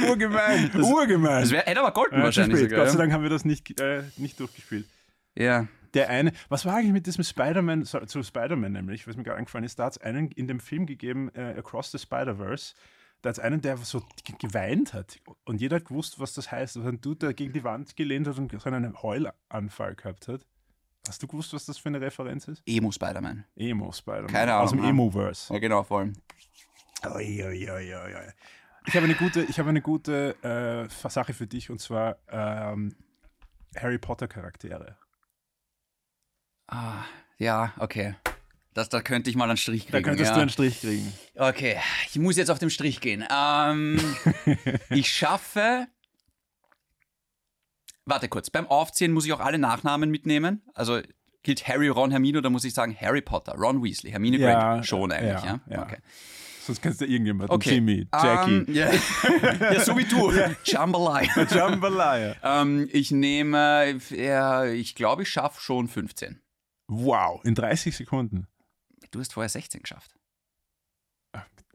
S2: [LAUGHS] Urgemein. Urgemein.
S1: Das wär, hätte aber golden
S2: Ja, zu
S1: wahrscheinlich
S2: spät.
S1: sogar.
S2: Gott sei
S1: ja.
S2: Dank haben wir das nicht, äh, nicht durchgespielt.
S1: ja.
S2: Der eine, was war eigentlich mit diesem Spider-Man, so- zu Spider-Man nämlich, was mir gerade eingefallen ist, da hat es einen in dem Film gegeben, äh, Across the Spider-Verse, da hat es einen, der so ge- geweint hat und jeder hat gewusst, was das heißt. Das war ein Dude, der gegen die Wand gelehnt hat und so einen Heulanfall gehabt hat. Hast du gewusst, was das für eine Referenz ist?
S1: Emo-Spider-Man.
S2: Emo-Spider-Man.
S1: Keine Ahnung,
S2: Aus dem
S1: Mann.
S2: Emo-Verse.
S1: Ja, genau, voll.
S2: Oi, oi, oi, oi, oi. Ich habe eine gute, ich habe eine gute äh, Sache für dich und zwar ähm, Harry Potter Charaktere.
S1: Ah, ja, okay. Das, da könnte ich mal einen Strich kriegen.
S2: Da könntest
S1: ja.
S2: du einen Strich kriegen.
S1: Okay, ich muss jetzt auf den Strich gehen.
S2: [LAUGHS]
S1: Ähm, ich schaffe. Warte kurz, beim Aufzählen muss ich auch alle Nachnamen mitnehmen. Also gilt Harry, Ron, Hermine oder muss ich sagen Harry Potter, Ron Weasley, Hermine
S2: Ja,
S1: Granger? Schon eigentlich, ja?
S2: ja, ja.
S1: Okay.
S2: Sonst kannst du irgendjemanden.
S1: okay.
S2: Jimmy, Jackie,
S1: Ähm, ja. ja, so wie du. [LAUGHS] Jambalaya.
S2: Jambalaya.
S1: Ähm, ich nehme, äh, ich glaube, ich schaffe schon 15.
S2: Wow, in 30 Sekunden.
S1: Du hast vorher 16 geschafft.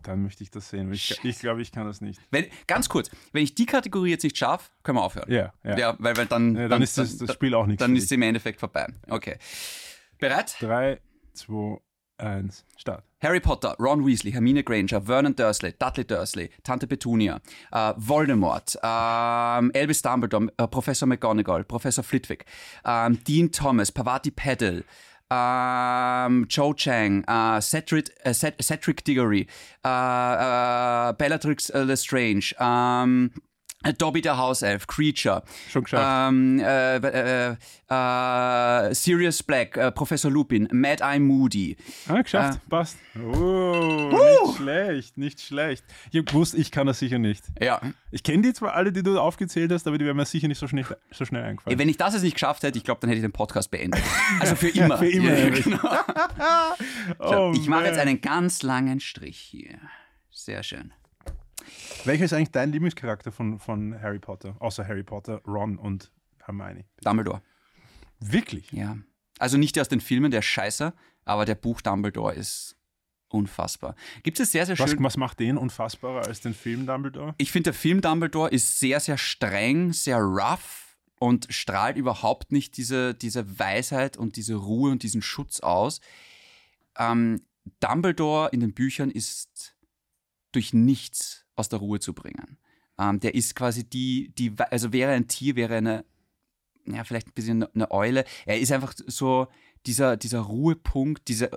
S2: Dann möchte ich das sehen. Ich, ich glaube, ich kann das nicht.
S1: Wenn, ganz kurz, wenn ich die Kategorie jetzt nicht schaffe, können wir aufhören.
S2: Ja, ja.
S1: weil, weil dann,
S2: Ja, dann ist das- das Spiel auch nichts
S1: Dann
S2: für
S1: ist
S2: dich.
S1: sie im Endeffekt vorbei. Okay. Bereit?
S2: Drei, zwei, eins, Start.
S1: Harry Potter, Ron Weasley, Hermine Granger, Vernon Dursley, Dudley Dursley, Tante Petunia, äh, Voldemort, ähm, Elvis Dumbledore, äh, Professor McGonagall, Professor Flitwick, ähm, Dean Thomas, Pavati Paddle, ähm, Cho Chang, äh, Cedric, äh, Ced- Cedric Diggory, äh, äh, Bellatrix äh, Lestrange, ähm, Dobby der Hauself, Creature,
S2: Schon geschafft.
S1: ähm, äh, äh, äh, äh, Sirius Black, äh, Professor Lupin, Mad Eye Moody,
S2: ah, geschafft. Passt. Oh, nicht schlecht, nicht schlecht. Ich habe gewusst, ich kann das sicher nicht.
S1: ja.
S2: Ich kenne die zwar alle, die du aufgezählt hast, aber die wären mir sicher nicht so schnell, so schnell eingefallen.
S1: Äh, Wenn ich das jetzt nicht geschafft hätte, ich glaube, dann hätte ich den Podcast
S2: [LAUGHS]
S1: beendet. Also für immer.
S2: Für immer.
S1: Ja, genau.
S2: Oh,
S1: ich mache jetzt
S2: man.
S1: einen ganz langen Strich hier. Sehr schön.
S2: Welcher ist eigentlich dein Lieblingscharakter von, von Harry Potter? Außer Harry Potter, Ron und Hermione.
S1: Dumbledore.
S2: Wirklich?
S1: Ja. Also nicht der aus den Filmen, der ist scheiße, aber der Buch Dumbledore ist unfassbar. Gibt es sehr, sehr
S2: Was,
S1: schön.
S2: was macht den unfassbarer als den Film Dumbledore?
S1: Ich finde, der Film Dumbledore ist sehr, sehr streng, sehr rough und strahlt überhaupt nicht diese, diese Weisheit und diese Ruhe und diesen Schutz aus. Ähm, Dumbledore in den Büchern ist durch nichts aus der Ruhe zu bringen. Ähm, der ist quasi die, die, We- also wäre ein Tier, wäre eine, ja, vielleicht ein bisschen eine Eule. Er ist einfach so dieser, dieser Ruhepunkt, dieser,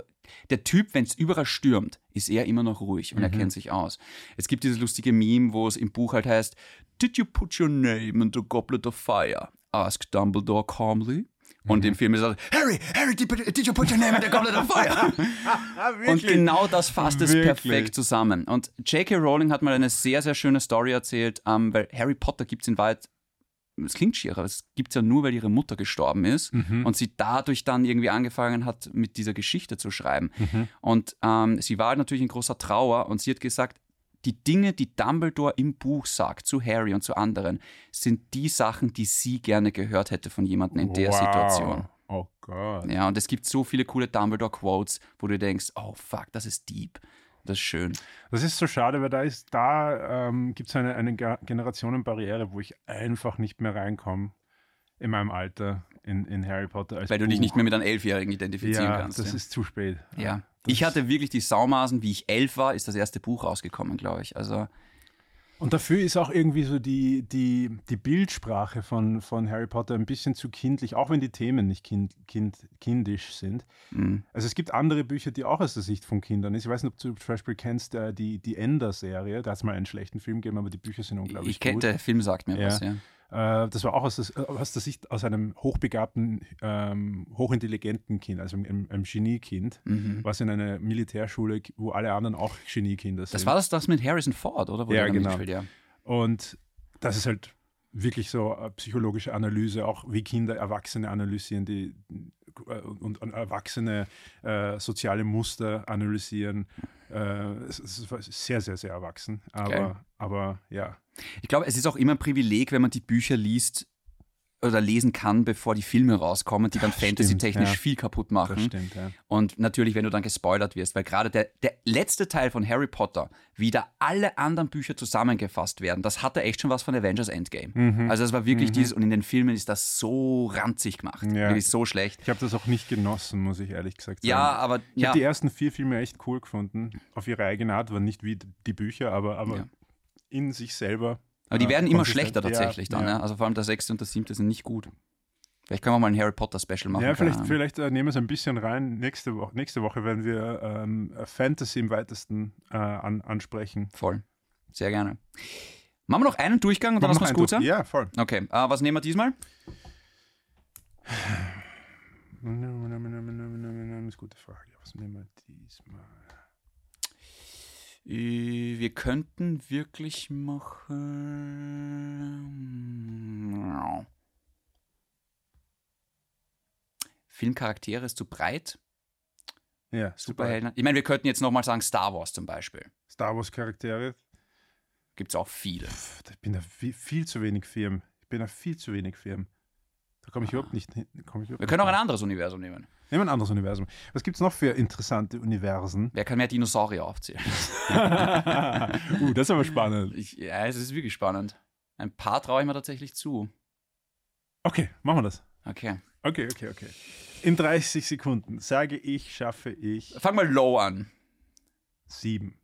S1: der Typ, wenn es überall stürmt, ist er immer noch ruhig und er kennt sich aus. Es gibt dieses lustige Meme, wo es im Buch halt heißt, Did you put your name in the goblet of fire? asked Dumbledore calmly. Und im Film ist er, Harry, Harry, did you put- did you put your name in the goblet of fire? Und genau das fasst es
S2: Wirklich?
S1: perfekt zusammen. Und J.K. Rowling hat mal eine sehr, sehr schöne Story erzählt, ähm, weil Harry Potter gibt es in Wahrheit, es klingt schier, aber es gibt es ja nur, weil ihre Mutter gestorben ist und sie dadurch dann irgendwie angefangen hat, mit dieser Geschichte zu schreiben.
S2: Mhm.
S1: Und ähm, sie war natürlich in großer Trauer und sie hat gesagt, die Dinge, die Dumbledore im Buch sagt zu Harry und zu anderen, sind die Sachen, die sie gerne gehört hätte von jemandem in der
S2: Wow.
S1: Situation.
S2: Oh Gott.
S1: Ja, und es gibt so viele coole Dumbledore-Quotes, wo du denkst, oh fuck, das ist deep. Das ist schön.
S2: Das ist so schade, weil da ist, da ähm, gibt es eine, eine Ga- Generationenbarriere, wo ich einfach nicht mehr reinkomme in meinem Alter in, in Harry Potter. Als
S1: Weil du dich
S2: Buch.
S1: nicht mehr mit einem Elfjährigen identifizieren
S2: ja,
S1: kannst.
S2: Das
S1: ja.
S2: ist zu spät.
S1: ja. Ich hatte wirklich die Saumasen, wie ich elf war, ist das erste Buch rausgekommen, glaube ich. Also,
S2: Und dafür ist auch irgendwie so die, die, die Bildsprache von, von Harry Potter ein bisschen zu kindlich, auch wenn die Themen nicht kind, kind, kindisch sind.
S1: mh.
S2: Also es gibt andere Bücher, die auch aus der Sicht von Kindern ist. Ich weiß nicht, ob du zum Beispiel kennst äh, die, die Ender-Serie. Da hat es mal einen schlechten Film gegeben, aber die Bücher sind unglaublich
S1: ich kenne,
S2: gut.
S1: der Film sagt mir
S2: Ja.
S1: was, ja.
S2: Äh, das war auch aus, des, aus der Sicht aus einem hochbegabten, ähm, hochintelligenten Kind, also einem, einem Geniekind,
S1: Mhm.
S2: was in einer Militärschule, wo alle anderen auch Geniekinder sind.
S1: Das war das, das mit Harrison Ford, oder? Wo
S2: Ja,
S1: der damit
S2: genau.
S1: spielt, ja.
S2: Und das ist halt wirklich so eine psychologische Analyse, auch wie Kinder Erwachsene analysieren die, äh, und, und Erwachsene äh, soziale Muster analysieren. Äh, es, es war sehr, sehr, sehr erwachsen.
S1: Geil.
S2: Aber, aber ja.
S1: Ich glaube, es ist auch immer ein Privileg, wenn man die Bücher liest oder lesen kann, bevor die Filme rauskommen, die dann
S2: stimmt,
S1: fantasy-technisch
S2: ja.
S1: viel kaputt
S2: Das
S1: machen.
S2: stimmt, ja.
S1: Und natürlich, wenn du dann gespoilert wirst, weil gerade der, der letzte Teil von Harry Potter, wie da alle anderen Bücher zusammengefasst werden, das hatte echt schon was von Avengers Endgame.
S2: Mhm.
S1: Also das war wirklich dieses, und in den Filmen ist das so ranzig gemacht,
S2: Ja.
S1: wirklich so schlecht.
S2: Ich habe das auch nicht genossen, muss ich ehrlich gesagt sagen.
S1: Ja, aber
S2: Ich
S1: ja,
S2: habe die ersten vier Filme echt cool gefunden. Auf ihre eigene Art, waren nicht wie die Bücher, aber, aber
S1: Ja.
S2: in sich selber.
S1: aber die
S2: äh,
S1: werden immer
S2: konsistent.
S1: schlechter
S2: Ja,
S1: tatsächlich dann.
S2: ja.
S1: Ja. Also vor allem der sechste und der siebte sind nicht gut. Vielleicht können wir mal ein Harry Potter Special machen.
S2: Ja,
S1: keine
S2: vielleicht,
S1: Ahnung.
S2: vielleicht äh, nehmen wir es ein bisschen rein. Nächste Woche, nächste Woche werden wir ähm, Fantasy im weitesten äh, an, ansprechen.
S1: Voll. Sehr gerne. Machen wir noch einen Durchgang und dann lassen
S2: Machen
S1: wir es
S2: einen
S1: gut
S2: durch-
S1: sein?
S2: Ja, voll.
S1: Okay, äh, was nehmen wir diesmal?
S2: ist gute Frage. Was nehmen wir diesmal?
S1: Äh, Wir könnten wirklich machen. Filmcharaktere ist zu breit.
S2: Ja,
S1: Superhelden. Ich meine, wir könnten jetzt nochmal sagen Star Wars zum Beispiel.
S2: Star Wars Charaktere.
S1: Gibt es auch viele.
S2: Pff, Ich bin da viel, viel zu wenig firm. Ich bin da viel zu wenig firm. Da komme ich überhaupt nicht hin. Komm ich überhaupt
S1: Wir können auch
S2: nicht
S1: ein
S2: hin.
S1: anderes Universum nehmen.
S2: Nehmen wir ein anderes Universum. Was gibt es noch für interessante
S1: [LAUGHS]
S2: Universen? [LAUGHS]
S1: Wer kann mehr Dinosaurier aufzählen? [LAUGHS]
S2: uh, das ist aber spannend.
S1: Ich, ja, es ist wirklich spannend. Ein paar traue ich mir tatsächlich zu.
S2: Okay, machen wir das.
S1: Okay.
S2: Okay, okay, okay. In 30 Sekunden sage ich, schaffe ich
S1: Fang mal low an.
S2: sieben.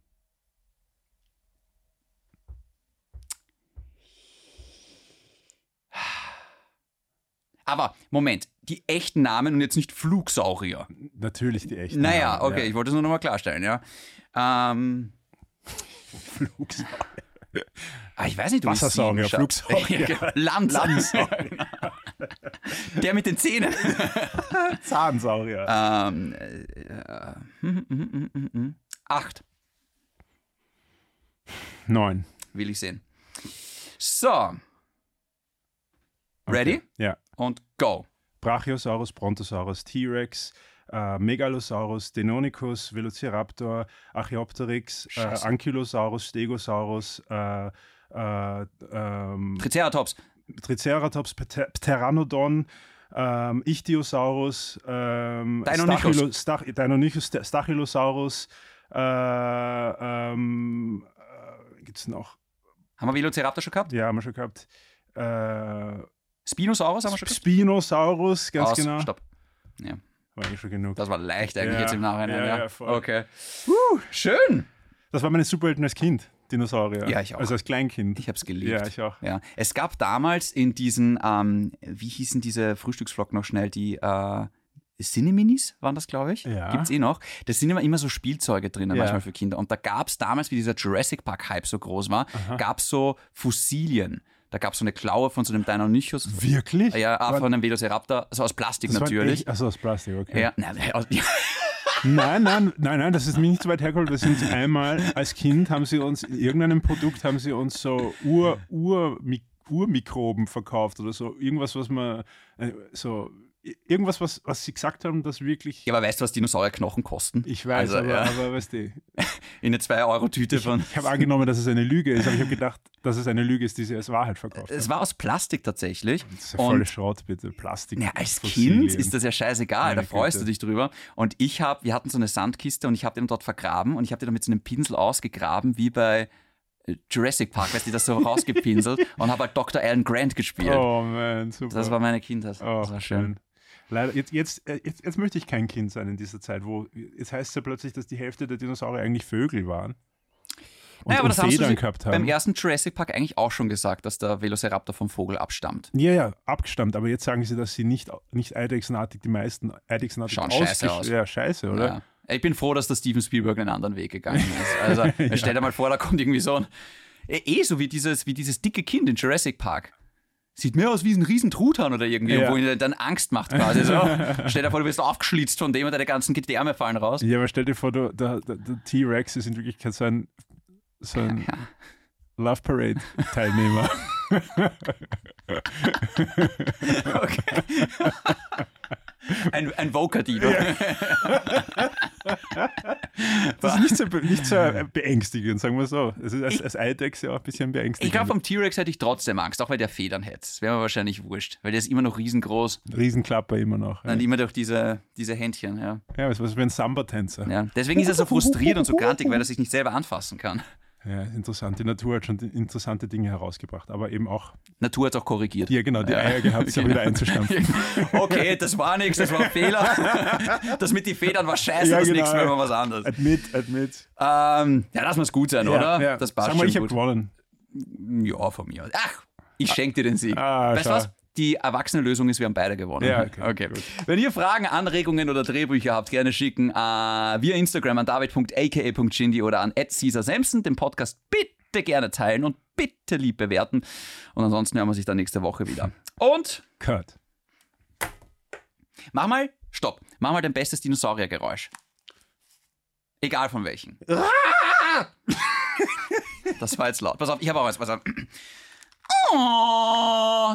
S1: Aber Moment, die echten Namen und jetzt nicht Flugsaurier.
S2: Natürlich die echten.
S1: Naja,
S2: Namen,
S1: okay,
S2: [LAUGHS]
S1: ich wollte es nur nochmal klarstellen, ja. Ähm,
S2: Flugs.
S1: ah, ich weiß nicht, du bist
S2: Wassersaurier,
S1: sieben, Schatz.
S2: Flugsaurier.
S1: [LAUGHS] Ja, genau. Lanz. [LAUGHS] Der mit den Zähnen.
S2: Zahnsaurier.
S1: ähm, äh, äh, hm, hm, hm, hm, hm. Acht
S2: Neun.
S1: will ich sehen. So,
S2: Okay.
S1: Ready?
S2: Ja.
S1: und go.
S2: Brachiosaurus, Brontosaurus, T-Rex, äh, Megalosaurus, Deinonychus, Velociraptor, Archaeopteryx, äh,
S1: Scheiße.
S2: Ankylosaurus, Stegosaurus, äh, äh, ähm,
S1: Triceratops.
S2: Triceratops, Pter Pteranodon, ähm, Ichthyosaurus, ähm,
S1: Deinonychus.
S2: Stachylus- Stach Deinonychus, Sta- Stachylosaurus, äh, ähm, äh, gibt's noch?
S1: Haben wir Velociraptor schon gehabt?
S2: Ja, haben wir schon gehabt. Äh,
S1: Spinosaurus haben wir schon gehabt?
S2: Spinosaurus, ganz
S1: Aus.
S2: genau.
S1: Stopp.
S2: War eigentlich schon genug.
S1: Das war leicht eigentlich
S2: Ja,
S1: jetzt im Nachhinein.
S2: ja,
S1: Ja,
S2: ja, voll.
S1: okay. Uh, schön.
S2: Das war meine Superhelden als Kind, Dinosaurier.
S1: Ja, ich auch.
S2: Also als Kleinkind.
S1: Ich habe es geliebt.
S2: ja, ich auch.
S1: Ja, es gab damals in diesen, ähm, wie hießen diese Frühstücksflocken noch schnell, die äh, Cineminis waren das, glaube ich.
S2: Ja.
S1: Gibt's eh noch. Da sind immer, immer so Spielzeuge drinnen,
S2: Ja.
S1: manchmal für Kinder. Und da gab es damals, wie dieser Jurassic Park-Hype so groß war, gab es so Fossilien. Da gab es so eine Klaue von so einem
S2: [LAUGHS]
S1: Deinonychus.
S2: Wirklich?
S1: Ja, auch
S2: Waren-
S1: von einem Velociraptor, also aus Plastik
S2: das waren
S1: natürlich.
S2: echt- Achso, aus Plastik, okay.
S1: Ja, nein, aus, [LAUGHS] ja,
S2: Nein, nein, nein, nein, das ist mir nicht zu weit hergeholt. Wir sind einmal als Kind, haben sie uns in irgendeinem Produkt, haben sie uns so Ur, Ur, Urmikroben verkauft oder so. Irgendwas, was man, äh, so, i- irgendwas, was, was sie gesagt haben, das wirklich.
S1: aber weißt du, was Dinosaurierknochen kosten?
S2: Ich weiß,
S1: also,
S2: aber,
S1: ja,
S2: aber weißt du,
S1: In eine 2-Euro-Tüte von.
S2: ich habe angenommen, dass es eine Lüge ist, aber ich habe gedacht, dass es eine Lüge ist, die sie als Wahrheit verkauft haben.
S1: Es war aus Plastik tatsächlich.
S2: Das ist ja
S1: Und
S2: voll Schrott, bitte. Plastik.
S1: Na, als
S2: Fossilien.
S1: Kind ist das ja scheißegal, da
S2: Meine
S1: freust
S2: Güte.
S1: du dich drüber. Und ich habe, wir hatten so eine Sandkiste und ich habe den dort vergraben und ich habe den dann mit so einem Pinsel ausgegraben, wie bei äh, Jurassic Park, weißt du,
S2: [LAUGHS]
S1: das so rausgepinselt und habe halt Dr. Alan Grant gespielt.
S2: Oh man, super.
S1: Das war meine Kindheit. das
S2: Oh,
S1: war schön.
S2: Leider, jetzt, jetzt, äh, jetzt, jetzt möchte ich kein Kind sein in dieser Zeit, wo jetzt heißt es ja plötzlich, dass die Hälfte der Dinosaurier eigentlich Vögel waren. Und,
S1: Naja, aber
S2: und
S1: das hast du
S2: Federn
S1: sich
S2: gehabt
S1: beim
S2: haben.
S1: ersten Jurassic Park eigentlich auch schon gesagt, dass der Velociraptor vom Vogel abstammt.
S2: Ja, ja, abgestammt, aber jetzt sagen sie, dass sie nicht, nicht Eidechsenartig, die meisten Eidechsenartig
S1: Schauen
S2: ausgesch-
S1: scheiße aus.
S2: Ja, scheiße, oder?
S1: Ja. Ich bin froh, dass der Steven Spielberg einen anderen Weg gegangen ist. Also
S2: [LAUGHS]
S1: stell dir mal vor, da kommt irgendwie so ein. Eh, eh so wie dieses, wie dieses dicke Kind in Jurassic Park. Sieht mehr aus wie ein riesen Truthahn oder irgendwie,
S2: Ja.
S1: wo ihn dann Angst macht quasi.
S2: [LAUGHS]
S1: So. stell dir vor, du wirst aufgeschlitzt von dem und deine ganzen Gedärme fallen raus.
S2: Ja, aber stell dir vor, du, der, der, der T-Rex ist in Wirklichkeit so ein, so ein Love
S1: [LAUGHS]
S2: Parade-Teilnehmer.
S1: Okay. [LAUGHS] Ein, ein Voker-Dino.
S2: Das ist nicht so, be- nicht so äh, beängstigend, sagen wir so. Es ist als, als Eidechse auch ein bisschen beängstigend.
S1: Ich um glaube, vom T-Rex hätte ich trotzdem Angst, auch weil der Federn hätte. Das wäre mir wahrscheinlich wurscht, weil der ist immer noch riesengroß
S2: Riesenklapper immer noch. Ja,
S1: und immer durch diese, diese Händchen. Ja.
S2: ja was, was für ein Samba-Tänzer. Ja.
S1: Ja, deswegen ist er so frustriert und so grantig, weil er sich nicht selber anfassen kann.
S2: interessant. Die Natur hat schon die- interessante Dinge herausgebracht, aber eben auch,
S1: Natur hat auch korrigiert.
S2: ja genau, die Eier
S1: [LAUGHS]
S2: gehabt, sie wieder einzustampfen.
S1: Okay, das war nichts, das war ein
S2: [LAUGHS]
S1: Fehler. Das mit den Federn war scheiße,
S2: Ja,
S1: das
S2: genau.
S1: nächste Mal war was anderes.
S2: Admit, admit.
S1: Ähm, ja, lass mal es gut sein, oder?
S2: Ja, ja.
S1: Das passt
S2: Sag mal, ich
S1: schon
S2: habe
S1: gut.
S2: gewonnen.
S1: Ja, von mir. aus. Ach, ich schenke dir den Sieg.
S2: Ah,
S1: weißt du
S2: schau.
S1: was? Die Erwachsenenlösung ist, wir haben beide gewonnen.
S2: Ja, okay, gut.
S1: Wenn ihr Fragen, Anregungen oder Drehbücher habt, gerne schicken äh, via Instagram an david.aka.chindi oder an @caesarsamson. Den Podcast bitte gerne teilen und bitte lieb bewerten. Und ansonsten hören wir sich dann nächste Woche wieder. Und
S2: Kurt.
S1: mach mal, stopp, mach mal dein bestes Dinosauriergeräusch. Egal von welchen. Das war jetzt laut. Pass auf, ich habe auch was. Pass auf. Oh.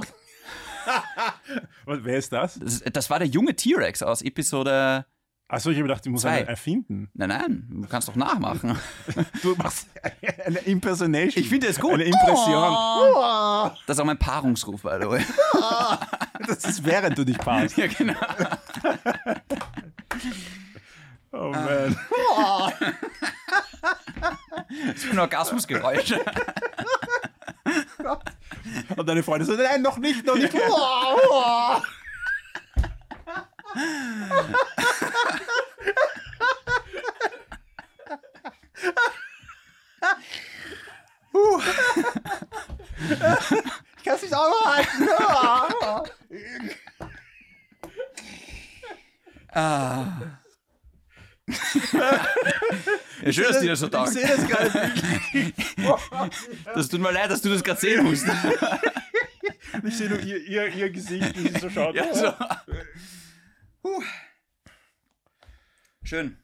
S2: Was, wer ist das?
S1: Das, das war der junge T-Rex aus Episode
S2: Achso, ich habe gedacht, ich muss
S1: Zwei.
S2: eine erfinden.
S1: Nein, nein, du kannst doch nachmachen.
S2: Du machst [LAUGHS] eine Impersonation.
S1: Ich finde es gut. Oh.
S2: Eine Impression.
S1: Das ist auch mein Paarungsruf, by the way. [LAUGHS]
S2: Das ist während du dich paarst.
S1: ja, genau.
S2: Oh man.
S1: Das ist ein Orgasmusgeräusch.
S2: Und deine Freunde so, nein, noch nicht, noch nicht. Ich kann es nicht auch noch halten.
S1: Ja, schön, dass dir das so
S2: Ich
S1: taugt.
S2: sehe das gerade.
S1: Das tut mir leid, dass du das gerade sehen musst.
S2: Ich sehe nur ihr, ihr, ihr Gesicht, wie sie so schaut.
S1: Ja, so. Puh. Schön.